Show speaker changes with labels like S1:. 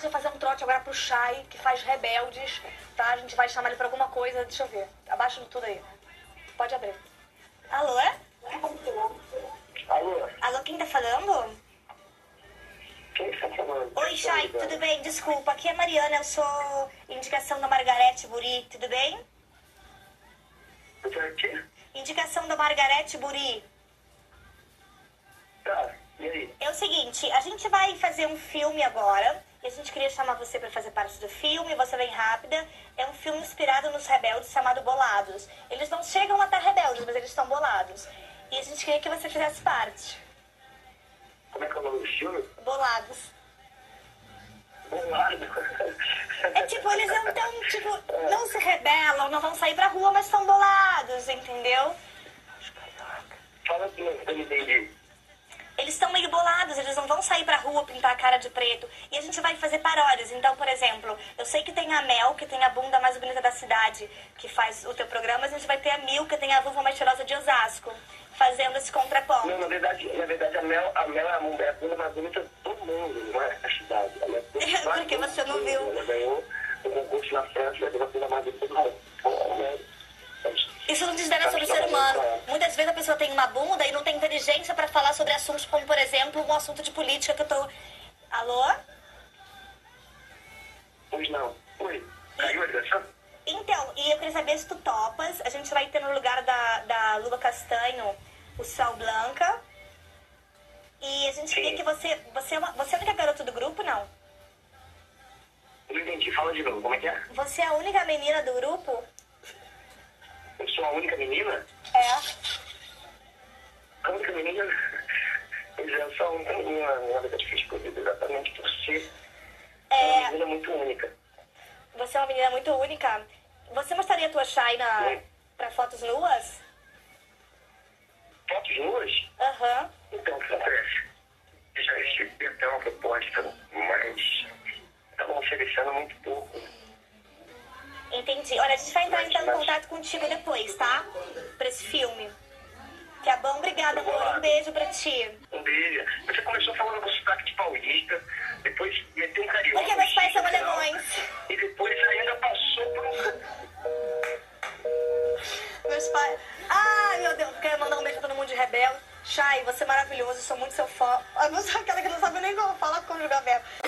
S1: você fazer um trote agora pro Shai, que faz rebeldes, tá? A gente vai chamar ele pra alguma coisa, deixa eu ver. Abaixa tudo aí. Pode abrir. Alô?
S2: Alô,
S1: Alô, quem tá falando?
S2: quem tá está chamando?
S1: Oi, Chay, tudo bem? Desculpa, aqui é a Mariana, eu sou indicação da Margarete Buri, tudo bem?
S2: Você é aqui?
S1: Indicação da Margarete Buri.
S2: Tá, e aí?
S1: É o seguinte, a gente vai fazer um filme agora. E a gente queria chamar você pra fazer parte do filme, você vem rápida. É um filme inspirado nos rebeldes chamado Bolados. Eles não chegam a estar rebeldes, mas eles estão bolados. E a gente queria que você fizesse parte.
S2: Como é que é o nome do filme?
S1: Bolados.
S2: Bolado.
S1: É tipo, eles não tão, tipo, não se rebelam, não vão sair pra rua, mas estão bolados, entendeu?
S2: Fala que eu não entendi.
S1: Eles estão meio bolados, eles não vão sair pra rua pintar a cara de preto. E a gente vai fazer paródias. Então, por exemplo, eu sei que tem a Mel, que tem a bunda mais bonita da cidade, que faz o teu programa, mas a gente vai ter a Mil, que tem a vulva mais cheirosa de Osasco, fazendo esse contraponto.
S2: Não, na verdade, na verdade a, Mel, a Mel é a mulher bunda mais bonita do mundo, não é a cidade. Ela é a bunda mais
S1: Porque você não
S2: bonita
S1: viu.
S2: do mundo. Ela ganhou o concurso na França, ela é a bunda mais bonita do mundo. Então, a Mel-
S1: Isso não diz nada sobre o ser humano. Muitas vezes a pessoa tem uma bunda e não tem inteligência pra falar sobre assuntos como, por exemplo, um assunto de política que eu tô. Alô?
S2: Pois não. Oi, caiu a ligação?
S1: Então, e eu queria saber se tu topas. A gente vai ter no lugar da, da Lua Castanho o Sal Blanca. E a gente queria
S2: Sim.
S1: que você. Você é, uma, você é a única garota do grupo, não?
S2: Não entendi, fala de novo, como é que é?
S1: Você é a única menina do grupo?
S2: Eu sou a única menina?
S1: É.
S2: A única menina? Eles são só um né? uma menina, na verdade, foi escolhida exatamente por ser
S1: É.
S2: uma menina muito única.
S1: Você é uma menina muito única. Você mostraria a tua Shai na,
S2: Sim.
S1: pra fotos nuas?
S2: Fotos nuas?
S1: Aham.
S2: Então, o que acontece? Já recebi até uma proposta, mas estavam oferecendo muito pouco.
S1: Entendi. Olha, a gente vai entrar então em contato contigo depois, tá? Pra esse filme. Tá bom? Obrigada, amor. Um beijo pra ti.
S2: Um beijo. Você começou falando com sotaque de paulista, depois meteu um carioca.
S1: Porque É meus pais são
S2: no final,
S1: alemães.
S2: E depois ainda passou por um.
S1: Meus pais. Ai, meu Deus, quero mandar um beijo pra todo mundo de Rebel. Chay, você é maravilhoso, sou muito seu fã. Eu não sou aquela que não sabe nem como falar conjugar verbo.